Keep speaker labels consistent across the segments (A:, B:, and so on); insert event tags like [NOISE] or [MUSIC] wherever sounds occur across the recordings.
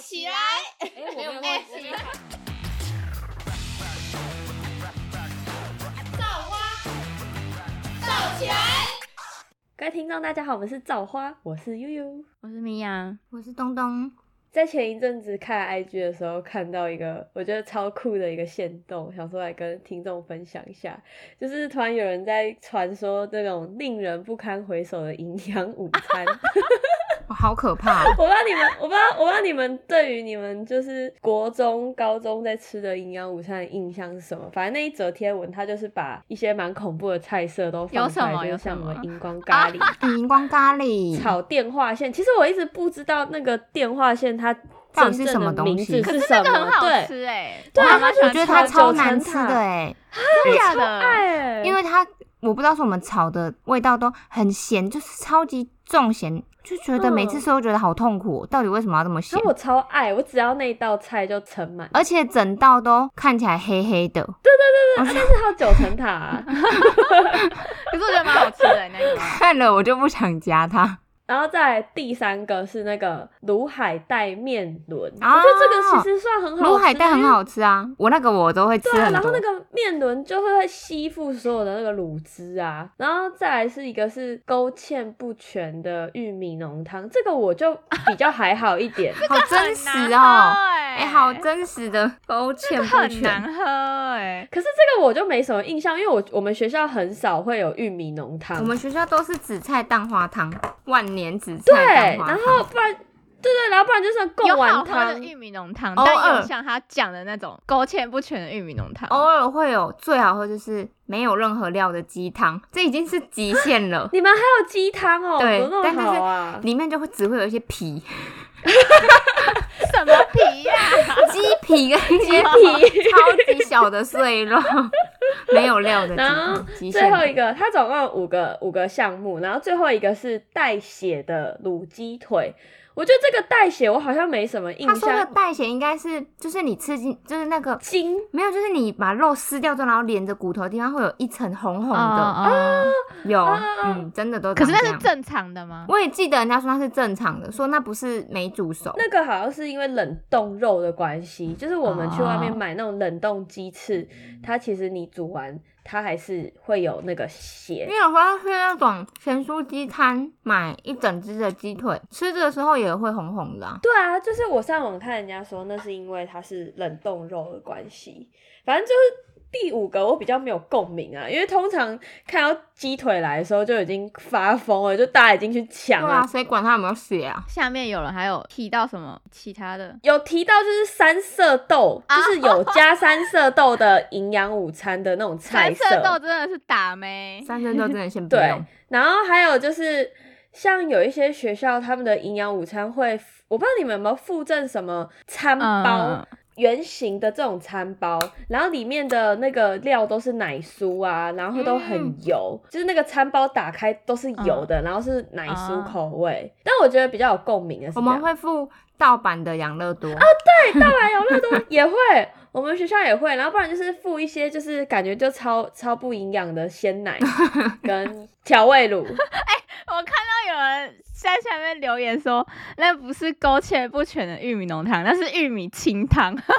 A: 起来！
B: 哎，我没有忘
A: 哎
B: 记。
A: 造起来！
C: 各位听众，大家好，我们是造花，我是悠悠。
D: 我是米娅，
A: 我是东东，
C: 在前一阵子看 IG 的时候，看到一个我觉得超酷的一个线动，想说来跟听众分享一下。就是突然有人在传说这种令人不堪回首的营养午
D: [LAUGHS]
C: 餐，
A: 哇，哦好可怕！
C: [LAUGHS] 我不知道你们，我不知道，我不知道你们对于你们就是国中、高中在吃的营养午餐的印象是什么？反正那一则贴文，它就是把一些蛮恐怖的菜色都放
D: 有
C: 出
D: 什
C: 来，
D: 么
C: 就是
D: 有
C: 像
D: 什
C: 什么
D: 么 [LAUGHS]
C: 荧光咖喱、
A: 嗯荧光咖喱，
C: 炒电话线。其实我一直不知道那个电话线它
A: 到
C: 真
A: 底是什么
C: 正的
A: 东西
C: 名字
D: 可
C: 是
D: 是
C: 什
D: 那
C: 么。
D: 个很好
C: 对，
D: 吃哎，
C: 对
D: 我
C: 啊
D: 还蛮喜
C: 我
A: 我
D: 欢
A: 觉得
D: 吃
A: 它
D: 的
A: 超难吃的哎、
D: 真的假的？
C: 哎，
A: 因为它我不知道是我们炒的味道都很咸，就是超级重咸，就觉得
C: 嗯
A: 每次吃都觉得好痛苦哦，到底为什么要这么咸
C: 然后？我超爱，我只要那一道菜就盛满。
A: 而且整道都看起来黑黑的， [LAUGHS]
C: 但是它有九层塔啊、
D: 可是我觉得蛮好吃的欸那个。
A: 看了我就不想夹它。
C: 然后再来第三个是那个卤海带面轮，
A: 啊
C: 我觉得这个其实算很好吃的，
A: 卤海带很
C: 因为。
A: 好吃啊，我那个我都会吃
C: 对啊，
A: 很
C: 然后那。
A: 多
C: 个面轮就会吸附所有的那个卤汁啊，然后再来是一个是勾芡不全的玉米浓汤，这个我就比较还好一
A: [LAUGHS]
C: 点，
A: [LAUGHS] 好真实
D: 很难
A: 哦
C: 啊
D: 喝，
A: 哎、
D: 哎、
A: 好真实的勾
D: 这
A: 芡
D: 个
A: 不
D: 很
A: 全，
D: 难喝哎、
C: 可是这个我就没什么印象，因为我我们学校很少会有玉米浓汤，
A: 我们学校都是紫菜蛋花汤，万年紫
C: 对，
A: 菜蛋花
C: 然
A: 汤。
C: 后不然对对，然后不然就是
D: 有
C: 贡
D: 好
C: 丸
D: 喝的
C: 汤，。
D: 玉米浓汤，
A: 偶
D: 但
A: 尔
D: 有像他讲的那种勾芡不全的玉米浓汤。
A: 偶尔会有最好喝就是没有任何料的鸡汤，这已经是极限了
C: [LAUGHS] 你们还有鸡汤哦，
A: 对
C: 怎么那
A: 但
C: 么
A: 但是
C: 好啊？
A: 里面就会只会有一些
C: [LAUGHS]
A: 皮，
D: 什么皮呀、
A: 鸡皮跟一些
C: 皮
A: 超级小的碎肉， [LAUGHS] 没有料的鸡
C: 然后
A: 汤，极
C: 最
A: 限
C: 后一
A: 了。
C: 个，它总共有五个五个项目，然后最后一个是带血的卤鸡腿。我觉得这个带血我好像没什么印
A: 他说的
C: 象。
A: 代谢应该是就是你吃进就是那个
C: 筋
A: 没有，就是你把肉撕掉之后，然后连着骨头的地方会有一层红红的，
D: 哦哦
A: 有，
C: 啊
A: 嗯，真的都
D: 可
A: 长
D: 是
A: 这
D: 那
A: 样。
D: 是正常的吗？
A: 我也记得人家说那是正常的，说那不是没煮熟。
C: 那个好像是因为冷冻肉的关系，就是我们去外面
D: 哦
C: 买那种冷冻鸡翅，它其实你煮完它还是会有那个血
A: 因。为有时候去那种咸酥鸡摊买一整只的鸡腿，吃的时候也会红红的啊、
C: 对啊，就是我上网看人家说，那是因为它是冷冻肉的关系。反正就是第五个我比较没有共鸣啊，因为通常看到鸡腿来的时候就已经发疯了，就大家已经去抢
A: 对
C: 了。
A: 啊，谁管它有没有
D: [LAUGHS]
A: 血啊？
D: 下面有人还有提到什么其他的？
C: 有提到就是三色豆，就是有加三色豆的营养午餐的那种菜
D: 三
C: 色。
D: 色豆真的是打没？
A: 三针都真的先不
C: 对
A: 用。
C: 然后还有就是，像有一些学校他们的营养午餐会，我不知道你们有没有附赠什么餐包，
D: 嗯
C: 圆形的这种餐包，然后里面的那个料都是奶酥啊，然后都
A: 嗯
C: 很油，就是那个餐包打开都是油的，然后是奶酥口味。但我觉得比较有共鸣的是这
A: 啊我
C: 样，哎
A: 们会附盗版的养乐多，
C: 大白有乐多也会，我们学校也会，然后不然就是附一些就是感觉就超超不营养的鲜
A: [LAUGHS]
C: 奶跟调味乳。
D: 我看到有人在下面留言说，那不是勾芡不全的玉米浓汤，那是玉米清汤。好笑，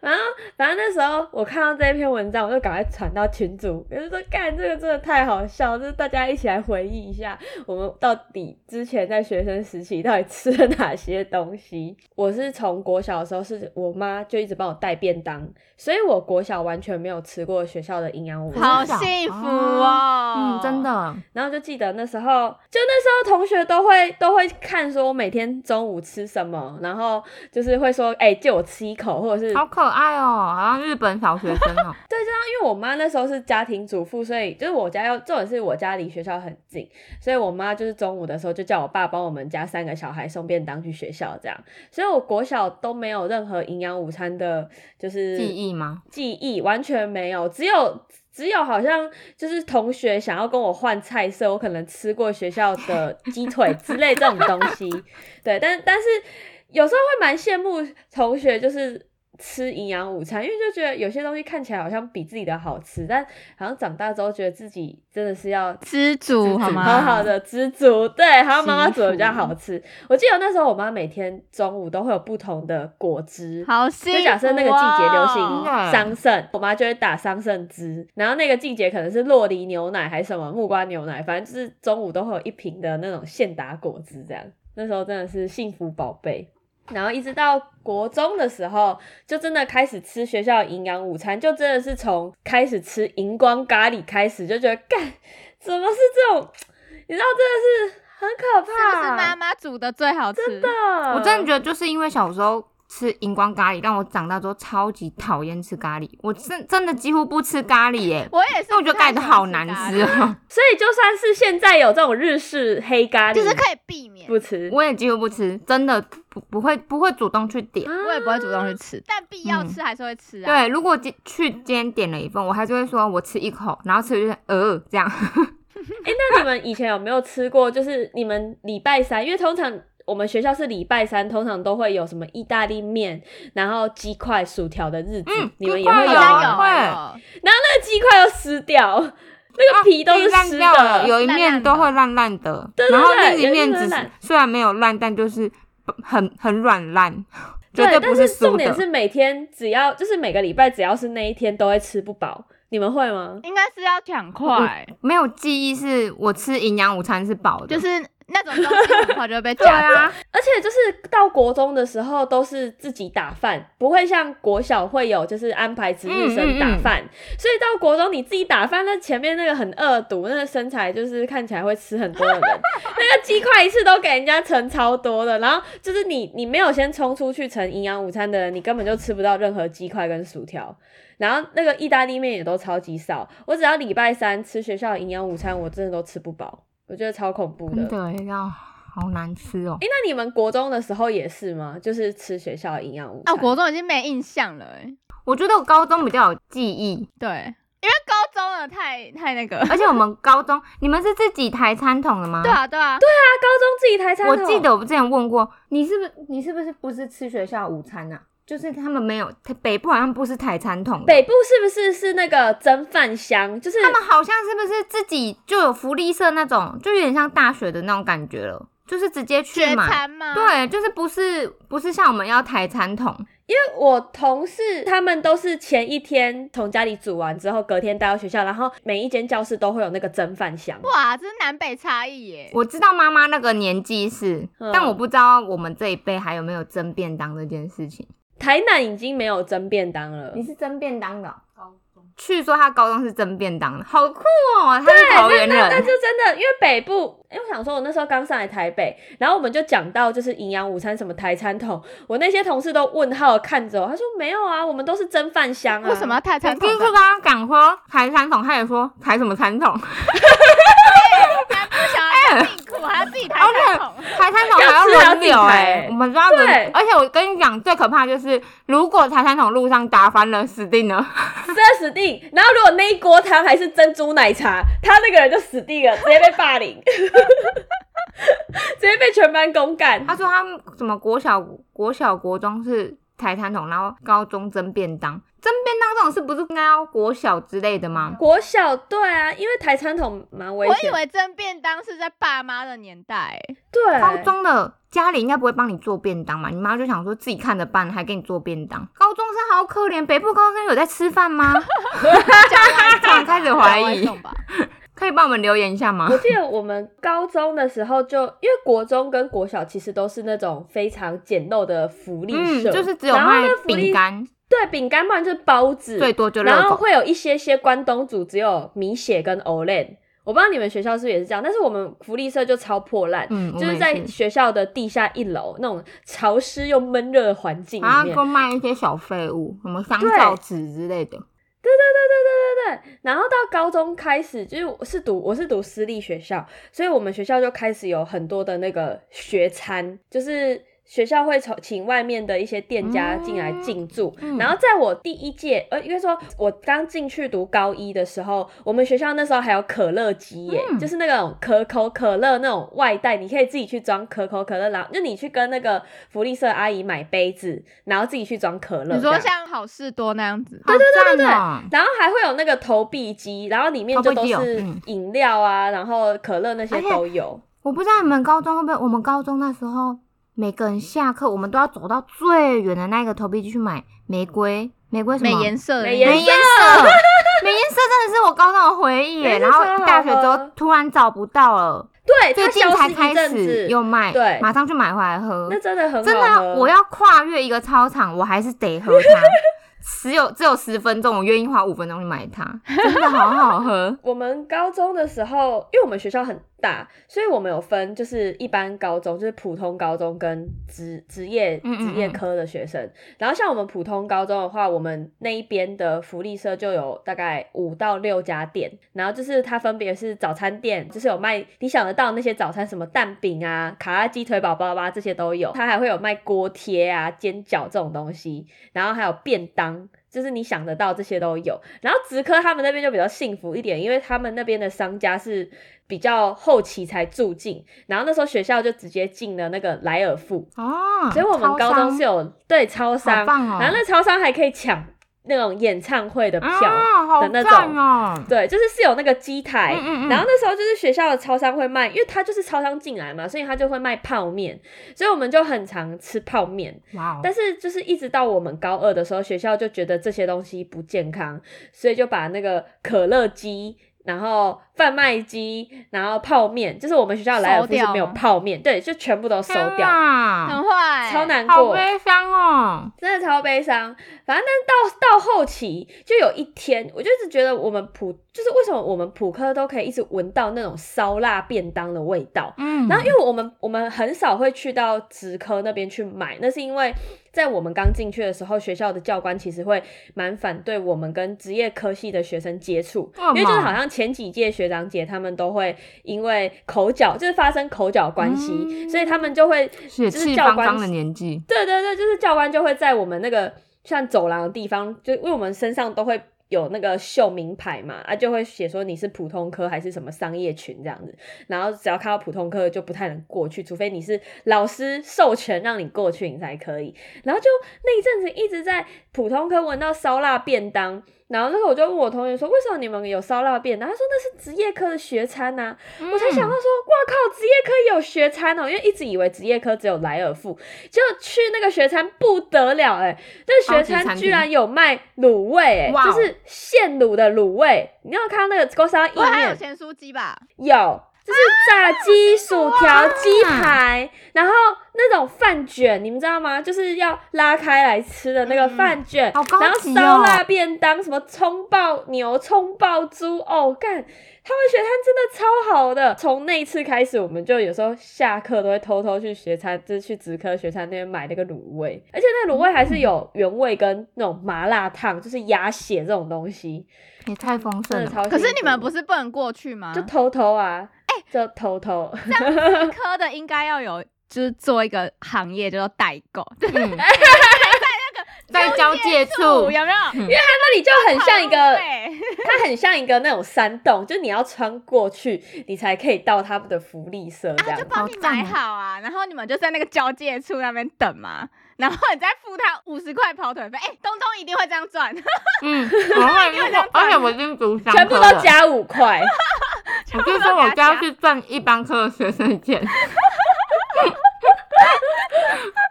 C: 然后，反正那时候我看到这篇文章，我就赶快传到群组，我就说：“干，这个真的太好笑，就是大家一起来回忆一下，我们到底之前在学生时期到底吃了哪些东西。”我是从国小的时候，是我妈就一直帮我带便当，所以我国小完全没有吃过学校的营养午餐。
D: 好幸福
C: 啊
D: 哦！
A: 嗯，真。的，
C: 然后就记得那时候，就那时候同学都会都会看说我每天中午吃什么，然后就是会说：“哎、借我吃一口，或者是
A: 好可爱哦，好像日本小学生哦。
C: 对，就像因为我妈那时候是家庭主妇，所以就是我家要，重点是我家离学校很近，所以我妈就是中午的时候就叫我爸帮我们家三个小孩送便当去学校，这样，所以我国小都没有任何营养午餐的，就是
A: 记忆吗？
C: 记忆完全没有，只有。只有好像就是同学想要跟我换菜色，我可能吃过学校的鸡腿之类这种东西，对，但但是有时候会蛮羡慕同学，就是吃营养午餐，因为就觉得有些东西看起来好像比自己的好吃，但好像长大之后觉得自己真的是要
D: 知足好吗？
C: 好好的知足，对，还有妈妈煮的比较
D: 幸福
C: 好吃。我记得那时候我妈每天中午都会有不同的果汁，
D: 好幸福、哦。哦
C: 就假设那个季节流
A: 真的
C: 行桑葚，我妈就会打桑葚汁，然后那个季节可能是洛梨牛奶还是什么木瓜牛奶，反正就是中午都会有一瓶的那种现打果汁这样。那时候真的是幸福宝贝。然后一直到国中的时候，就真的开始吃学校营养午餐，就真的是从开始吃荧光咖喱开始，就觉得干怎么是这种，你知道真的是很可
D: 是不
C: 怕，
D: 是妈妈煮的最好吃？真的，
C: 的
A: 我真的觉得就是因为小时候吃荧光咖喱，让我长大之后超级讨厌吃咖喱，我真真的几乎不吃咖喱耶、
D: [LAUGHS] 我也是。
A: 因为我觉得咖喱都好难吃，哦、
C: 所以就算是现在有这种日式黑咖喱，
D: 就是可以避免。
C: 不吃。
A: [LAUGHS] 我也几乎不吃，真的不不不会不会主动去
C: 啊
A: 点。
D: 我也不会主动去吃，但必要
A: 嗯
D: 吃还是会吃啊。
A: 对，如果今去今天点了一份，我还是会说我吃一口，然后吃就是呃这样。
C: 哎、那你们以前有没有吃过？就是你们礼拜三，因为通常我们学校是礼拜三，通常都会有什么意大利面，然后鸡块、薯条的日子，
A: 嗯
C: 你们也会
D: 好
A: 对鸡块
D: 像
A: 有
D: 有
A: 会
D: 有。
C: 那个鸡块又湿掉，那个皮都
A: [LAUGHS]
C: 是
A: 哦烂
C: 湿的。
A: 掉了，有一
D: 烂
A: 面
D: 烂
A: 都
D: 的
A: 会烂烂的，
C: 对对
A: 然后
C: 对
A: 另一
C: 有一
A: 面
C: 面
A: 只
C: 烂
A: 是虽然没有烂，但就是很很软烂，绝
C: 对，
A: 不
C: 但是
A: 酥
C: 重点
A: 的。
C: 是每天只要就是每个礼拜只要是那一天都会吃不饱，你们会吗？
D: 应该是要
A: 嗯
D: 抢快，
A: 没有记忆是我吃营养午餐是饱的，
D: 就是那种东
A: [LAUGHS]
D: 西很快就会被
A: 对
D: 夹走。
A: 啊，
C: 而且就是到国中的时候都是自己打饭，不会像国小会有就是安排值日生打
A: 嗯
C: 饭，所以到国中你自己打饭，那前面那个很恶毒，那个身材就是看起来会吃很多
A: [LAUGHS]
C: 的人，那个鸡块一次都给人家盛超多的，然后就是你你没有先冲出去盛营养午餐的人，你根本就吃不到任何鸡块跟薯条。然后那个意大利面也都超级少，我只要礼拜三吃学校的营养午餐，我真的都吃不饱，我觉得超恐怖
A: 真的耶要好难吃哦。
C: 哎、那你们国中的时候也是吗？就是吃学校的营养午
D: 啊，
C: 餐？
D: 我国中已经没印象了、欸，
A: 我觉得我高中比较有记忆，
D: 对，因为高中了太太那个。
A: 而且我们高中你们是自己抬餐桶的吗？
D: 对。啊，对啊，对，
C: 他高中自己抬餐、哦
A: 我记，得我之前问过你是不是你是不是不是吃学校午餐啊？就是他们没有北部好像不是抬餐桶的，
C: 北部是不是是那个蒸饭箱？就是
A: 他们好像是不是自己就有福利社那种，就有点像大学的那种感觉了，就是直接去
D: 学
A: 买。
D: 餐嘛，，
A: 对，就是不是不是像我们要抬餐桶，
C: 因为我同事他们都是前一天从家里煮完之后，隔天带到学校，然后每一间教室都会有那个蒸饭箱。
D: 哇，这是南北差异耶，
A: 我知道妈妈那个年纪是，
C: 嗯
A: 但我不知道我们这一辈还有没有蒸便当这件事情。
C: 台南已经没有蒸便当了，
A: 是蒸便当的、高中去说他高中是蒸便当的，好酷哦！他是桃园
C: 那就
A: 人，
C: 真的，因为北部，因为我想说，我那时候刚上来台北，然后我们就讲到就是营养午餐什么台餐桶，我那些同事都问号地看着我，他说没有啊，我们都是蒸饭箱啊。
D: 为什么要太
A: 我
D: 餐
A: 不
D: 桶
A: 是
D: 饭？
A: 跟他讲说抬餐桶，他也说抬什么餐桶，
D: 还不想要辛苦，还要自己抬餐桶，
A: 台餐桶还要轮
C: 要
A: 流哎、
C: 吃还要自己抬
A: 我们都要轮
C: 对。
A: 而且我跟你讲，最可怕的就是，如果台餐桶路上打翻了，死
C: [LAUGHS]
A: 定了。
C: 这死定。然后如果那一锅汤还是珍珠奶茶，他那个人就死定了，直接被霸凌， [LAUGHS] 直接被全班公干。
A: 他说他们什么国小、国小、国中是台餐桶，然后高中蒸便当。蒸便当这种事不是应该要国小之类的吗？
C: 国小对啊，因为台餐桶蛮危
D: 我以
C: 险的。
D: 为蒸便当是在爸妈的年代耶，
C: 对
A: 高中的家里应该不会帮你做便当嘛？你妈就想说自己看着办，还给你做便当。高中生好可怜，北部高中生有在吃饭
C: [LAUGHS]
A: 吗？突然开始怀疑，
D: 送吧，
A: 可以帮我们留言一下吗
C: 我？记得我们高中的时候就，因为国中跟国小其实都是那种非常简陋的福利
A: 嗯，
C: 社，
A: 就是只有
C: 然后
A: 卖
C: 那福利
A: 饼，干，
C: 对饼干，不然就是包子，
A: 最多就热
C: 然后
A: 狗。
C: 会有一些些关东煮只有米血跟 Olen，我不知道你们学校是不是也是这样，但是我们福利社就超破烂，
A: 嗯，我
C: 就
A: 们
C: 是
A: 也
C: 在学校的地下一楼那种潮湿又闷热的环境
A: 然
C: 里
A: 后
C: 面。
A: 购卖一些小废物，什么香
C: 对
A: 皂纸之类的。
C: 对对对，然后到高中开始，就是我是读我是读私立学校，所以我们学校就开始有很多的那个学餐，就是。学校会从请外面的一些店家进来进驻。
A: 嗯
C: 然后在我第一届，呃，应该说我刚进去读高一的时候，我们学校那时候还有可乐机耶，
A: 嗯
C: 就是那种可口可乐那种外带，你可以自己去装可口可乐，然后就你去跟那个福利社阿姨买杯子，然后自己去装可
D: 你
C: 乐。这
D: 说
C: 样
D: 像好事多那样子，
A: 对对对对
C: 然后还会有那个投币机，然后里面就
A: 投
C: 都
A: 币机哦
C: 是
A: 嗯哎
C: 饮料啊，然后可乐那些
A: 而且
C: 都有。
A: 我不知道你们高中会不会，我们高中那时候每个人下课，我们都要走到最远的那个投币机去买玫瑰，玫瑰什
D: 没
A: 么？
D: 颜色的
C: 没
D: 那
C: 颜
D: 种，
A: 没颜色，没颜色真的是我高中的回忆耶。
C: 哎那
A: 然后
C: 超好
A: 大学之后
C: 喝
A: 突然找不到了，
C: 对，
A: 最
C: 它
A: 近
C: 消
A: 才
C: 失一
A: 开
C: 阵
A: 始
C: 子，
A: 有卖，
C: 对
A: 马上去买回来喝。
C: 那真的很好
A: 真的，啊
C: 喝
A: 我要跨越一个操场，我还是得喝
C: [LAUGHS]
A: 它。只有只有十分钟，我愿意花五分钟去买它，真的好
C: [LAUGHS]。
A: 好喝
C: 我们高中的时候，因为我们学校很大，所以我们有分就是一般高中，就是普通高中跟职职业
A: 嗯嗯嗯
C: 职业科的学生。然后像我们普通高中的话，我们那一边的福利社就有大概五到六家店，然后就是它分别是早餐店，就是有卖你想得到那些早餐，什么蛋饼啊、卡拉鸡腿堡包啊这些都有。它还会有卖锅贴啊、煎饺这种东西。然后还有便当，就是你想得到这些都有。然后直科他们那边就比较幸福一点，因为他们那边的商家是比较后期才住进，然后那时候学校就直接进了那个莱尔富，
A: 哦，
C: 所以我们高中是
A: 有
C: 有对超商，
A: 好棒哦
C: 然后那超商还可以抢那种演唱会的票。
A: 啊，好
C: 的那
A: 赞
C: 种
A: 哦。
C: 对，就是是有那个机台，
A: 嗯嗯嗯
C: 然后那时候就是学校的超商会卖，因为它就是超商进来嘛，所以它就会卖泡面，所以我们就很常吃泡面。
A: 哇哦，
C: 但是就是一直到我们高二的时候，学校就觉得这些东西不健康，所以就把那个可乐鸡。然后贩卖机，然后泡面，就是我们学校的莱尔
D: 收
C: 夫是
D: 掉
C: 没有
D: 吗
C: 泡面，对，就全部都收
A: 天
C: 掉，
A: 哪
D: 很坏，
C: 超难
A: 好
C: 过，
A: 悲伤哦。
C: 真的超悲伤。反正但到到后期，就有一天，我就一直觉得我们普，就是为什么我们普科都可以一直闻到那种烧腊便当的味道，
A: 嗯，
C: 然后因为我们我们很少会去到职科那边去买，那是因为在我们刚进去的时候，学校的教官其实会蛮反对我们跟职业科系的学生接触，
A: 为什么
C: 因为就是好像前几届学长姐他们都会因为口角，就是发生口角关系，
A: 嗯
C: 所以他们就会
A: 血
C: 就是
A: 气
C: 教
A: 方
C: 官
A: 刚的年纪，
C: 对对对，就是教官就会在我们那个像走廊的地方，就因为我们身上都会有那个绣名牌嘛，啊就会写说你是普通科还是什么商业群这样子，然后只要看到普通科就不太能过去，除非你是老师授权让你过去你才可以。然后就那一阵子一直在普通科闻到烧腊便当。然后那时候我就问我同学说，为什么你们有烧腊便当？他说那是职业科的学餐啊呐、我才
A: 嗯
C: 想到说，哇靠，职业科也有学餐哦，因为一直以为职业科只有莱尔富，就去那个学餐不得了哎、那学
A: 高级餐
C: 餐
A: 厅
C: 居然有卖卤味哎、
A: 哇哦
C: 就是现卤的卤味，你要看到那个勾烧意
D: 不过还有
C: 面
D: 咸酥鸡吧？
C: 有。就是炸鸡、薯条、鸡排，然后那种饭卷，你们知道吗？就是要拉开来吃的那个饭卷，
A: 好高
C: 然后
A: 级
C: 烧
A: 哦
C: 腊便当，什么葱爆牛、葱爆猪，哦，干，他们学餐真的超好的。从那一次开始，我们就有时候下课都会偷偷去学餐，就是去职科学餐那边买那个卤味，而且那卤味还是有原味跟那种麻辣烫，就是鸭血这种东西，
A: 也太丰
C: 真
A: 盛
C: 的
A: 了吧。
C: 超。
D: 可是你们不。是不能过去吗？
C: 就偷偷啊，哎、就偷偷，
D: 科的应该要有，就是做一个行业叫做代购，就是
C: [LAUGHS]
A: 嗯，在交界
D: 有
A: 处
D: 没，有？
C: 那里就很像一个，
D: 对
C: 它很像一个那种山洞，就你要穿过去，你才可以到他们的福利社这样
D: 就
C: 子。
D: 帮你
A: 好赞
D: 买
A: 哦
D: 好啊，然后你们就在那个交界处那边等嘛，然后你再付他五十块跑腿费。哎、东东一定会这样赚，
A: 嗯，我会
D: 为这样
A: 而且我已经读商
C: 全部
A: 科
C: 都
A: 了
C: 加五块，
A: 我就说我家是赚一般科的学生钱，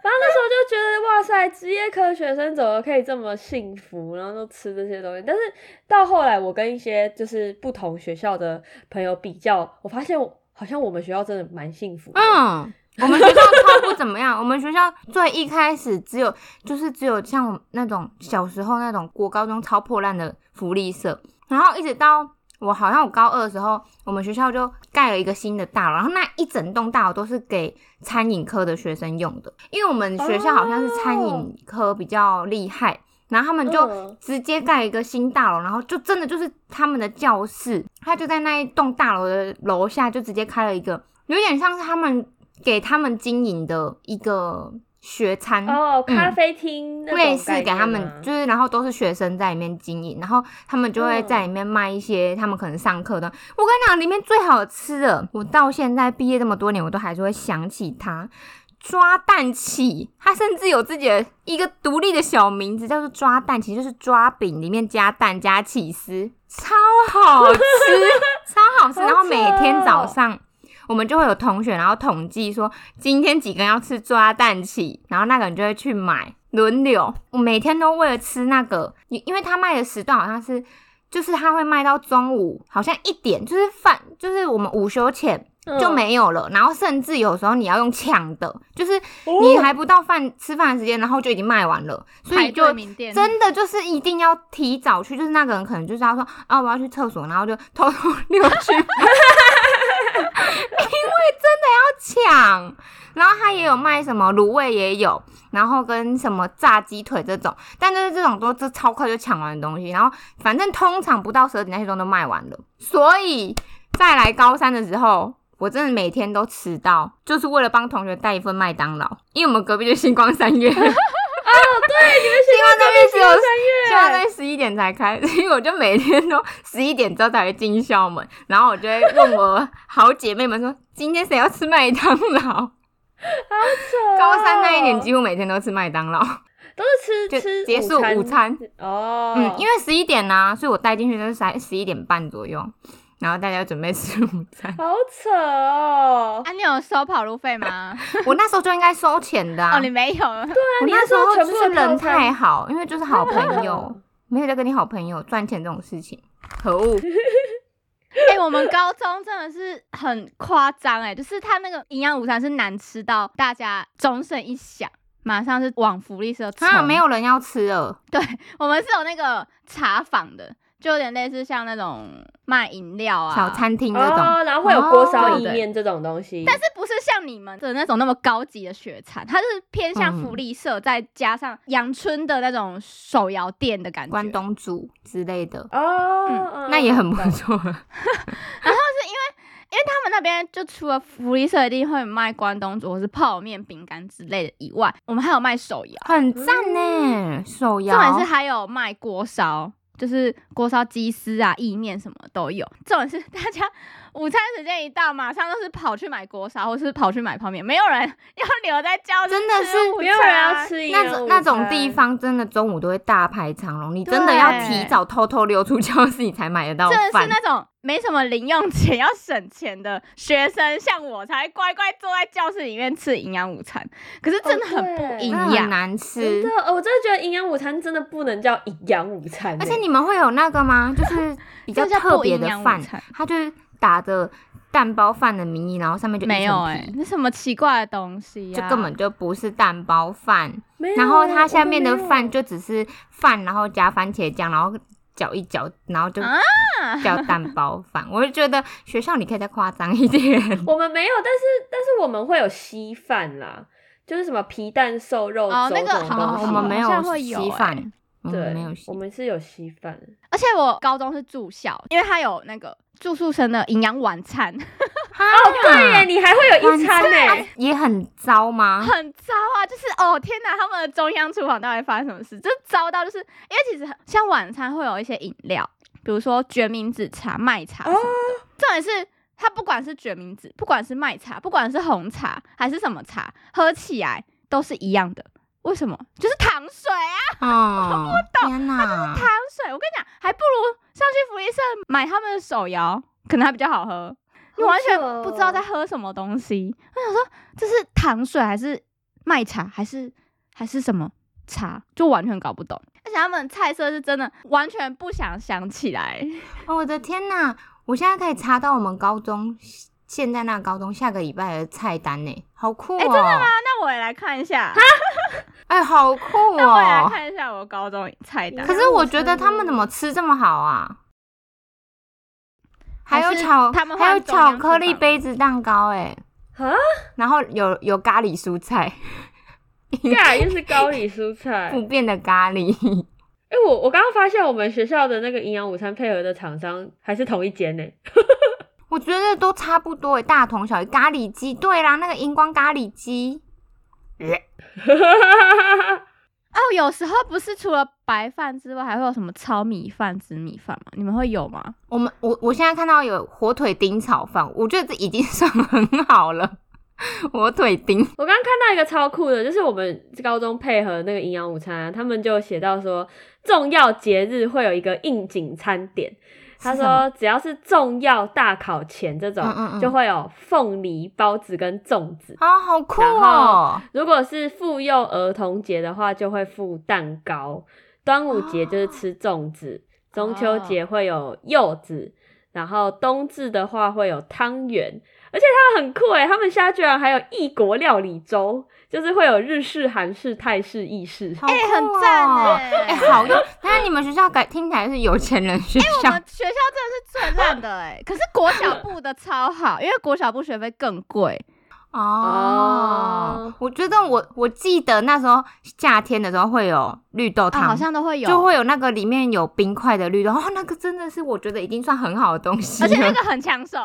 C: 然后那时候就觉得哇塞，职业科学生怎么可以这么幸福，然后就吃这些东西。但是到后来，我跟一些就是不同学校的朋友比较，我发现我好像我们学校真的蛮幸福的。
A: 嗯。我们学校超不怎么样，我 [LAUGHS] 们学校最一开始只有就是只有像我们那种小时候那种国高中超破烂的福利社，然后一直到我好像我高二的时候，我们学校就盖了一个新的大楼，然后那一整栋大楼都是给餐饮科的学生用的，因为我们学校好像是餐饮科比较厉害，然后他们就
C: 嗯
A: 直接盖一个新大楼，然后就真的就是他们的教室，他就在那一栋大楼的楼下就直接开了一个，有点像是他们给他们经营的一个学餐。
C: 哦，
A: 嗯
C: 咖啡厅那种
A: 类似
C: 概
A: 给
C: 念
A: 他们，
C: 吗
A: 就是然后都是学生在里面经营，然后他们就会在里面卖一些他们可能上课的。我跟你讲，里面最好吃的，我到现在毕业这么多年，我都还是会想起它。抓蛋起，它甚至有自己的一个独立的小名字，叫做抓蛋起，就是抓饼里面加蛋加起司，超好吃， [LAUGHS] 超好吃。
C: 好
A: 然后每
C: 扯哦
A: 天早上我们就会有同学，然后统计说今天几个人要吃抓蛋起，然后那个人就会去买，轮流。我每天都为了吃那个，因因为他卖的时段好像是，就是他会卖到中午，好像一点，就是饭，就是我们午休前
C: 嗯
A: 就没有了。然后甚至有时候你要用抢的，就是你还不到饭吃饭的时间，然后就已经卖完了，所以
D: 排
A: 就
D: 队名店，
A: 真的就是一定要提早去，就是那个人可能就是要说啊，我要去厕所，然后就偷偷溜去，因为真的要抢。然后他也有卖什么卤味也有，然后跟什么炸鸡腿这种，但就是这种都是超快就抢完的东西。然后反正通常不到十二点那些东西都卖完了，所以再来高三的时候。我真的每天都迟到，就是为了帮同学带一份麦当劳，因为我们隔壁就星光三月，
C: 希望
A: 那边只有 [LAUGHS] 现在
C: 月，
A: 在十一点才开， [LAUGHS] 所以我就每天都 [LAUGHS] 十一点之后才会进校门，然后我就会问我好姐妹们说，今天谁要吃麦当劳？ [LAUGHS] 高三那一年几乎每天都吃麦当劳，
C: 都是
A: 就
C: 哦吃吃
A: 结束午餐。
C: 哦，
A: 嗯，因为十一点呐、所以我带进去就是十十一点半左右，然后大家准备吃午餐。 [LAUGHS]
C: 好扯哦。
D: 啊，你有收跑路费吗？
A: 我那时候就应该收钱的、啊，
D: 哦，你没有，
A: 我
C: 你
A: 那
C: 那
A: 时
C: 时候
A: 候
C: 全
A: 就
C: 部
A: 是
C: 都套
A: 人
C: 餐
A: 太好，因为就是好朋友，
C: [LAUGHS]
A: 没有在跟你好朋友赚钱这种事情，可恶。
D: 哎、我们高中真的是很夸张哎，就是他那个营养午餐是难吃到大家钟声一响，马上是往福利社冲。
A: 啊，没，有人要吃了，
D: 我们是有那个茶坊的，就有点类似像那种卖饮料啊，
A: 小，餐厅那种。
C: 哦，然后会有锅烧
D: 哦
C: 意面这种东西，
D: 但是不是像你们的那种那么高级的学餐，它是偏向福利社，再加上阳春的那种手摇店的感觉。
A: 关东煮之类的，
C: 哦，
D: 嗯
C: 嗯
A: 那也很不
C: [LAUGHS] 懂
A: 错。
D: 因为他们那边就除了福利社一定会卖关东煮或是泡面、饼干之类的以外，我们还有卖手摇。
A: 很赞呢，手
D: 嗯
A: 摇。
D: 重点是还有卖锅烧，就是锅烧鸡丝啊、意面什么都有。重点是大家午餐时间一到，马上都是跑去买锅烧，或是跑去买泡面，没有人要留在教室吃午餐，啊
A: 真的是
C: 没有人要吃营养
A: 那种
C: 午
A: 那种地
C: 餐，
A: 方，真的中午都会大排长龙，你真的要提早偷偷溜出教室，你才买得到
D: 真的是
A: 饭。
D: 那种没什么零用钱要省钱的学生，像我才乖乖坐在教室里面吃营养午餐，可是真的很不
C: 对
D: 营
A: 真的
D: 养
A: 很。难
C: 真
A: 吃
C: 的，。哦我真的觉得营养午餐真的不能叫营养午餐欸，
A: 而且你们会有那个吗？就是
D: [LAUGHS]
A: 比较
D: 这叫
A: 特别的
D: 不营养
A: 饭
D: 午餐，
A: 它就是打着蛋包饭的名义，然后上面就一层
D: 没有哎、
A: 皮
D: 那什么奇怪的东西呀、嗯
A: 就根本就不是蛋包饭。
C: 没有，
A: 然后它下
C: 我都
A: 面的
C: 没有
A: 饭就只是饭，然后加番茄酱，然后搅一搅，然后就
D: 啊
A: 叫蛋包饭。我就觉得学校你可以再夸张一点，
C: 我们没有，但是但是我们会有稀饭啦，就是什么皮蛋瘦肉
D: 哦
C: 粥
D: 那
C: 这
D: 个
C: 种
D: 好
C: 东
A: 我
C: 西。
A: 们没
D: 好像会有欸
A: 稀饭，我们
C: 对
A: 没有，稀
C: 我。们是有稀饭。
D: 而且我高中是住校，因为他有那个住宿生的营养晚餐，
A: 哦，
C: 对耶，你还会有一餐欸
A: 啊
C: 呢。
D: 欸
A: 也很糟
D: [LAUGHS]
A: 吗？
D: 很糟啊！就是哦天哪，他们的中央厨房到底发生什么事？就糟到就是因为其实很像晚餐会有一些饮料，比如说决明子茶、麦茶什么的。重点是它不管是决明子，不管是麦茶，不管是红茶还是什么茶，喝起来都是一样的。为什么？就是糖水啊！
A: 哦，天哪！
D: 糖水，我跟你讲，还不如上去福利社买他们的手摇，可能还比较好哦喝。你完全不知道在喝什么东西。我想说，这是糖水还是麦茶还是还是什么茶，就完全搞不懂。而且他们菜色是真的完全不想想起来，
A: 哦，我的天哪！我现在可以查到我们高中现在那个高中下个礼拜的菜单呢，好酷哦！
D: 哎真的吗那我也来看一下，
A: 哎，好酷
D: 那我也来
A: 哦！
D: 看一下我高中菜单
A: 可。是我觉得他们怎么吃这么好啊？还有
D: 还是
A: 巧，
D: 他们换
A: 还有
D: 中央
A: 巧克力
D: 厨房
A: 杯子蛋糕哎、
C: 啊，
A: 然后有有咖喱蔬菜，
C: [LAUGHS] 咖喱啊就是高丽蔬
D: 哎
C: 菜。
A: [LAUGHS] 不变的咖喱， [LAUGHS]
C: 哎，我我刚刚发现我们学校的那个营养午餐配合的厂商还是同一间呢。 [LAUGHS]
A: 我觉得都差不多哎、大同小异。咖喱鸡，对啦，那个荧光咖喱鸡，
D: 哦，有时候不是除了白饭之外，还会有什么糙米饭、紫米饭吗？你们会有吗？
A: 我们我我现在看到有火腿丁炒饭，我觉得这已经算很好了。 [LAUGHS] 火腿丁，
C: 我刚刚看到一个超酷的，就是我们高中配合那个营养午餐啊，他们就写到说，重要节日会有一个应景餐点。他
A: 是什么
C: 说，只要是重要大考前这种，
A: 嗯嗯嗯
C: 就会有凤梨包子跟粽子。
A: 啊，好酷
C: 然
A: 哦
C: 后！如果是妇幼儿童节的话，就会附蛋糕；端午节就是吃粽子，中秋节会有柚子，然后冬至的话会有汤圆。而且他们很酷诶，欸他们现在居然还有异国料理周，就是会有日式、韩式、泰式、意式。
A: 哎、
D: 哎很赞
A: 哎、
D: 哎
A: 好用。那你们学校改听起来是有钱人学
D: 哎我
A: 校，
D: 们学校真的是最烂的
A: [LAUGHS]
D: 哎、可是国小部的超好，因为国小部学费更贵。
A: 哦
C: 哦，
A: 我觉得我我记得那时候夏天的时候会有绿豆
D: 啊，
A: 汤，
D: 好像都会有，
A: 就会有那个里面有冰块的绿豆，哦，那个真的是我觉得已经算很好的东西
D: 而
A: 了，
D: 且那个很
A: [LAUGHS]
D: 抢手，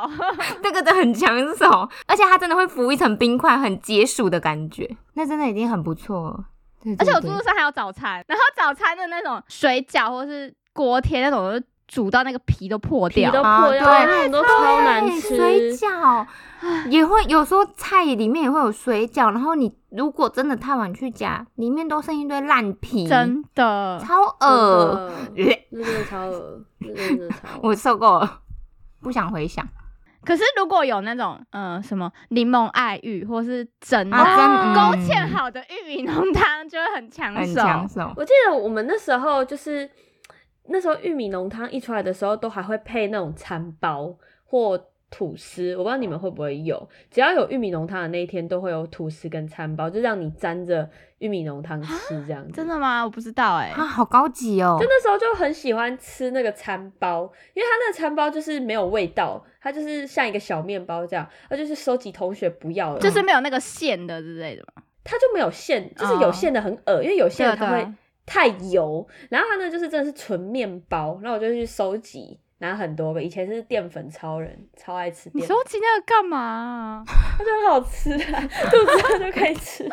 A: 那个真的很抢手，而且它真的会浮一层冰块，很解暑的感觉，那真的已经很不错了。对
D: 而且我住
A: 对
D: 宿
A: 对
D: 舍还有早餐，然后早餐的那种水饺或是锅贴那种，就煮到那个皮都破
C: 皮
D: 掉，
C: 都
A: 啊
C: 破掉，
A: 对
C: 那种都超难
A: 对
C: 吃。
A: 水饺也会有时候菜里面也会有水饺，然后你如果真的太晚去夹，里面都剩一堆烂皮，
D: 真的。
A: 超恶。
C: 真的，那真的超恶，那真的超恶。[LAUGHS]
A: [LAUGHS] 我受够了，不想回想
D: 可是如果有那种嗯、呃什么柠檬爱玉或是整奶、
A: 啊，真嗯
D: 勾芡好的玉米浓汤就会很抢
A: 很
D: 手。
A: 抢手，
C: 我记得我们那时候就是那时候玉米浓汤一出来的时候，都还会配那种餐包或吐司，我不知道你们会不会有。只要有玉米浓汤的那一天，都会有吐司跟餐包，就让你沾着玉米浓汤吃这样子。
D: 啊真。的哦吗？我不知道哎、
A: 啊，好高级哦
C: 就，那时候就很喜欢吃那个餐包，因为它那个餐包就是没有味道，它就是像一个小面包这样，它就是收集同学不要的，
D: 就是没有那个馅的之类的嘛。
C: 它就没有馅，就是
A: 哦
C: 有馅的很恶，因为有
A: 啊
C: 馅的它
D: 对
C: 会
D: 对
C: 太油。然后它呢就是真的是纯面包，然后我就去收集，拿很多个。以前是淀粉超人，超爱吃
D: 你
C: 淀粉，
D: 收集那个干嘛啊、
C: 它就很好吃啊， [LAUGHS] 肚子饿就可以吃。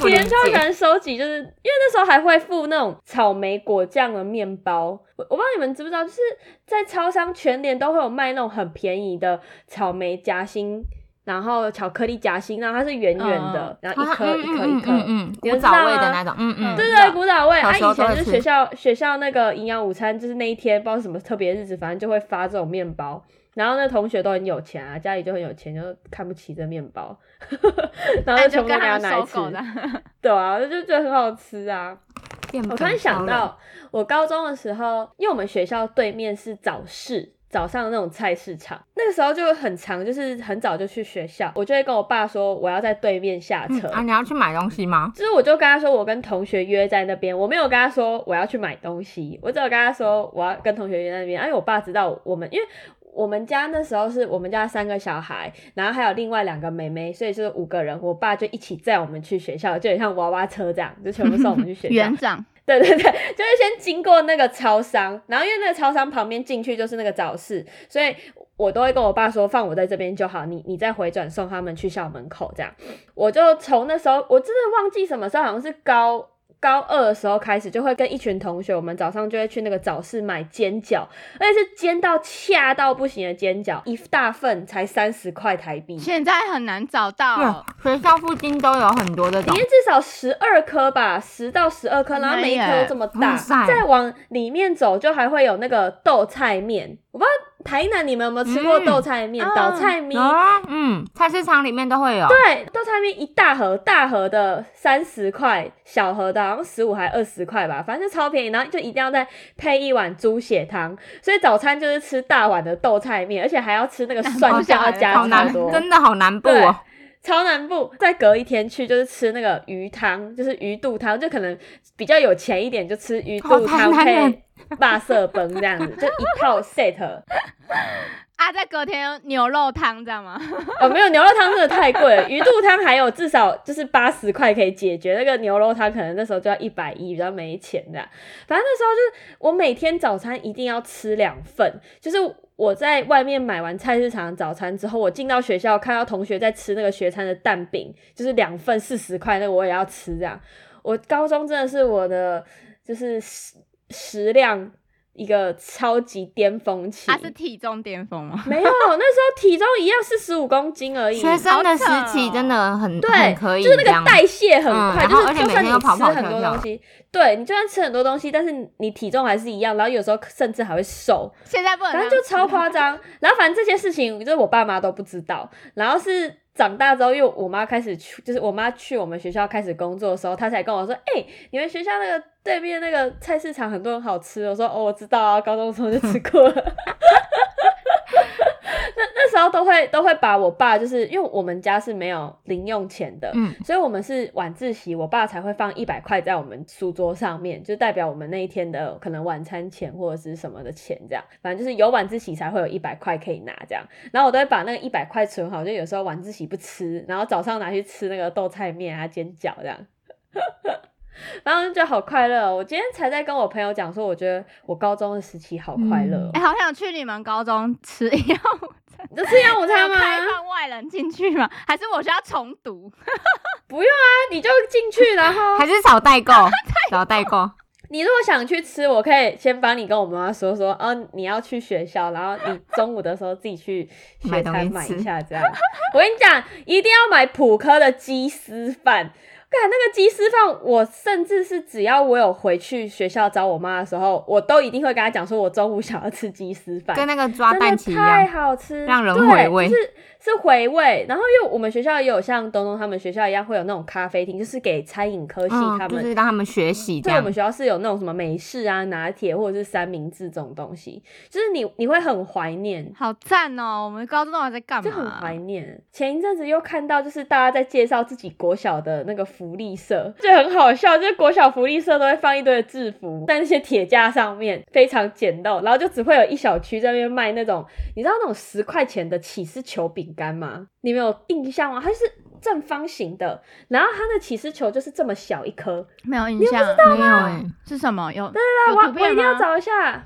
A: 不
C: 以
A: 理
C: 前超喜
A: 解。
C: 欢收集，就是因为那时候还会附那种草莓果酱的面包。我我不知道你们知不知道，就是在超商全年都会有卖那种很便宜的草莓夹心，然后巧克力夹心，然后它是圆圆的，然后一
A: 啊
C: 颗一颗一颗。
A: 嗯嗯嗯，
C: 你
A: 嗯
C: 们
A: 古
C: 知道吗
A: 早味的那种，嗯嗯，
C: 对
D: 知道
C: 对，古早味。
A: 小
C: 啊，
A: 时候
C: 以前
A: 都
C: 就是
A: 会吃
C: 学校学校那个营养午餐，就是那一天不知道什么特别日子，反正就会发这种面包。然后那同学都很有钱啊，家里就很有钱，就看不起这面包， [LAUGHS] 然后
D: 那哎
C: 就
D: 就
C: 全部
D: 跟
C: 给
D: 他
C: 他
D: 们
C: 拿
D: 收
C: 来吃。
D: 购的。
C: 对啊，就觉得很好吃啊。
A: 淀粉
C: 我突然
A: 超
C: 想
A: 人，
C: 到，我高中的时候，因为我们学校对面是早市，早上那种菜市场，那个时候就很长，就是很早就去学校，我就会跟我爸说我要在对面下
A: 嗯
C: 车。
A: 啊，你要去买东西吗？
C: 就是我就跟他说，我跟同学约在那边，我没有跟他说我要去买东西，我只有跟他说我要跟同学约在那边。啊因为我爸知道我们，因为我们家那时候是我们家三个小孩，然后还有另外两个妹妹，所以就是五个人，我爸就一起载我们去学校，就很像娃娃车这样，就全部送我们去 [LAUGHS] 学
D: [LAUGHS]
C: 校
D: 园。长，
C: 对对对，就是先经过那个超商，然后因为那个超商旁边进去就是那个早市，所以我都会跟我爸说放我在这边就好，你你再回转送他们去校门口这样。我就从那时候我真的忘记什么时候，好像是高。高二的时候开始，就会跟一群同学，我们早上就会去那个早市买煎饺，而且是煎到恰到不行的煎饺，一大份才三十块台币，
D: 现在很难找
C: 哦
D: 到。
A: 对，学校附近都有很多这
C: 里
A: 种
C: 面，至少十二颗吧，十到十二颗，然后每一颗都这么大
A: 哇。塞
C: 再往里面走，就还会有那个豆菜面。我不知道台南你们有没有吃过
A: 嗯
C: 豆菜面、
D: 啊
C: 倒菜米？
A: 啊，嗯，菜市场里面都会有，
C: 对，豆菜面一大盒，大盒的三十块，小盒的好像十五还二十块吧，反正就超便宜。然后就一定要再配一碗猪血汤，所以早餐就是吃大碗的豆菜面，而且还要
A: [LAUGHS]
C: 吃那个蒜
D: 好
C: 酱要
D: 难
C: 加
A: 好
C: 超
A: 难，
C: 啊多。
A: 真的好南部哦，
C: 超南部，再隔一天去就是吃那个鱼汤，就是鱼肚汤，就可能比较有钱一点就吃鱼肚汤
A: 哦台南人
C: 配霸色崩这样子，就一套 set。
D: 啊，在隔天牛肉汤，知道吗？
C: 哦，没有牛肉汤真的太贵了，鱼肚汤还有至少就是八十块可以解决，那个牛肉汤可能那时候就要一百一，比较没钱这样。反正那时候就是我每天早餐一定要吃两份，就是我在外面买完菜市场的早餐之后，我进到学校看到同学在吃那个学餐的蛋饼，就是两份四十块，那个我也要吃这样。我高中真的是我的就是食食量一个超级巅峰期，
D: 他是体重巅峰哦吗？
C: 没有，那时候体重一样四十五公斤而已，
A: 学生的时期
D: 好扯哦
A: 真的很
C: 对，
A: 很可以
C: 就是
A: 这
C: 那个
A: 样，
C: 代谢很快，
A: 嗯然
C: 就
A: 后
C: 是
A: 而且
C: 就
A: 每
C: 算
A: 天
C: 你
A: 又跑
C: 吃
A: 跑
C: 很
A: 跳
C: 多
A: 跳
C: 东西，对你就算吃很多东西，但是你体重还是一样，然后有时候甚至还会瘦，
D: 现在不能这
C: 反
D: 样
C: 正
D: 吃，
C: 就超夸张。然后反正这些事情，就是我爸妈都不知道。然后是长大之后，因为我妈开始去，就是我妈去我们学校开始工作的时候，她才跟我说：“哎、你们学校那个对面那个菜市场很多人好吃。”我说：“哦，我知道啊，高中的时候就吃过了。”那那时候都会都会把我爸，就是因为我们家是没有零用钱的，
A: 嗯，
C: 所以我们是晚自习，我爸才会放一百块在我们书桌上面，就代表我们那一天的可能晚餐钱或者是什么的钱这样。反正就是有晚自习才会有一百块可以拿这样。然后我都会把那个一百块存好，就有时候晚自习不吃，然后早上拿去吃那个豆菜面啊、煎饺这样。 [LAUGHS] 然后就觉得好快乐、哦。我今天才在跟我朋友讲说，我觉得我高中的时期好快乐、哦
D: 哎、好想去你们高中吃一
C: [LAUGHS]
D: 样，
C: 你就这样午餐
D: 有
C: 吗？
D: 开放外人进去吗？还是我需要重读？
C: 那你就进去，然后
A: 还是
C: [LAUGHS]
A: 找代购，找代购，
C: 你如果想去吃，我可以先帮你跟我妈妈说说，哦，你要去学校，然后你中午的时候自己去学
A: 买东西
C: 餐买一
A: 吃
C: 下，这样。我跟你讲，一定要买普科的鸡丝饭。看那个鸡丝饭，我甚至是只要我有回去学校找我妈的时候，我都一定会跟她讲说，我中午想要吃鸡丝饭。
A: 跟那个抓
C: 真
A: 蛋
C: 的
A: 棋一
C: 太
A: 样，
C: 好吃，
A: 让人
C: 对
A: 回味
C: 就是是回味。然后因为我们学校也有像东东他们学校一样，会有那种咖啡厅，就是给餐饮科系
A: 嗯，
C: 他
A: 就
C: 们
A: 是让他们学习这
C: 对，我
A: 样
C: 们，学校是有那种什么美式啊、拿铁或者是三明治这种东西，就是你你会很怀念，
D: 好赞哦！我们高中到底在干
C: 就很
D: 嘛？
C: 怀念。前一阵子又看到，就是大家在介绍自己国小的那个福利社，就很好笑，就是国小福利社都会放一堆的制服在那些铁架上面，非常简陋，然后就只会有一小区在那边卖那种，你知道那种十块钱的起司球饼干吗？你们有印象吗？它就是正方形的，然后它的起司球就是这么小一颗，
D: 没有印象，
A: 没有哎、
D: 是什么？有对
C: 那啊我
D: 有图
C: 我一
D: 片
C: 定要
D: 吗？
C: 找一下。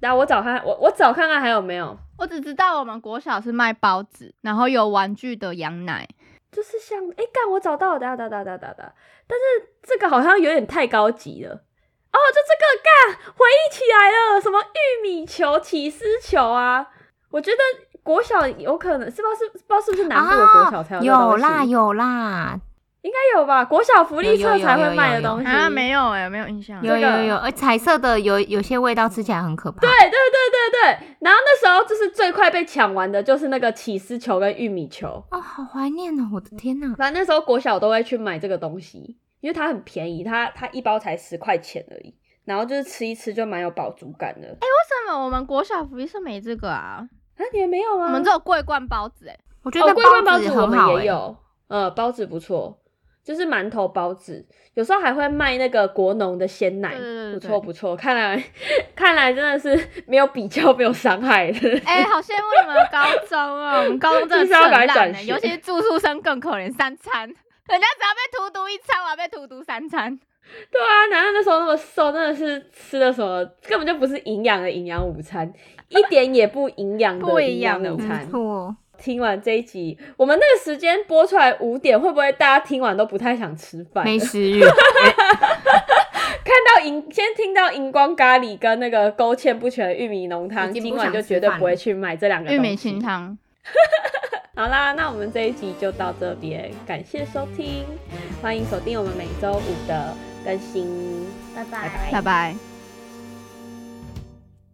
C: 然后我找看，我我找看看还有没有，
D: 我只知道我们国小是卖包子，然后有玩具的羊奶，
C: 就是像哎干，我找到了，哒哒哒哒哒哒。但是这个好像有点太高级了。哦，就这个干，回忆起来了，什么玉米球、起司球啊？我觉得国小有可能是不知道是不知道是不是南部的国小才有、
A: 有啦，哎啊有啦，
C: 应该有吧？国小福利
A: 有有
C: 社
A: 有
C: 才会
A: 有
C: 卖的
A: 有有
C: 东西
D: 啊，没有哎、没有印象。
A: 有
C: 这个
A: 有有，而彩色的有有些味道吃起来很可怕，
C: 对对对对对，然后那时候就是最快被抢完的就是那个起司球跟玉米球。
A: 哦，好怀念哦，我的天呐、
C: 反正那时候国小都会去买这个东西，因为它很便宜，它它一包才十块钱而已。然后就是吃一吃就蛮有饱足感的。哎、
D: 为什么我们国小福利社没这个啊？
C: 啊，你们没有吗？
D: 我们只有桂冠包子哎、
A: 我觉
C: 哦，
A: 得
C: 桂冠包
A: 子
C: 子我
A: 很
C: 们
A: 好、
C: 也
A: 欸，
C: 有，呃，包子不错，就是馒头包子，有时候还会卖那个国农的鲜奶，
D: 对对对对
C: 不错不错。看来看来真的是没有比较没有伤害的。 [LAUGHS]
D: [LAUGHS] 哎、好羡慕你们的高中哦！我们高中真的
C: 就是要
D: 很
C: 来
D: 烂
C: 转
D: 哎，
C: 学
D: 尤其是住宿生更可怜，三餐， [LAUGHS] 人家只要被荼毒一餐，我要被荼毒三餐。
C: 对啊，然后那时候那么瘦，真的是吃了什么根本就不是营养的营养午餐，一点也不营养
D: 不
C: 的
D: 营
C: 营
D: 养
C: 养
D: 的
C: 午
D: 午
C: 餐
A: 没。嗯错，
C: 听完这一集，我们那个时间播出来五点，会不会大家听完都不太想吃饭？
A: 没食欲，
C: 看到荧，先听到荧光咖喱跟那个勾芡不全的玉米浓汤，
A: 已经不
C: 今晚就绝对不会去买这两个
D: 玉米
C: 东
D: 清
C: 西。
D: 汤，
C: 好啦，那我们这一集就到这边，感谢收听，欢迎锁定我们每周五的更新，拜拜
D: 拜拜。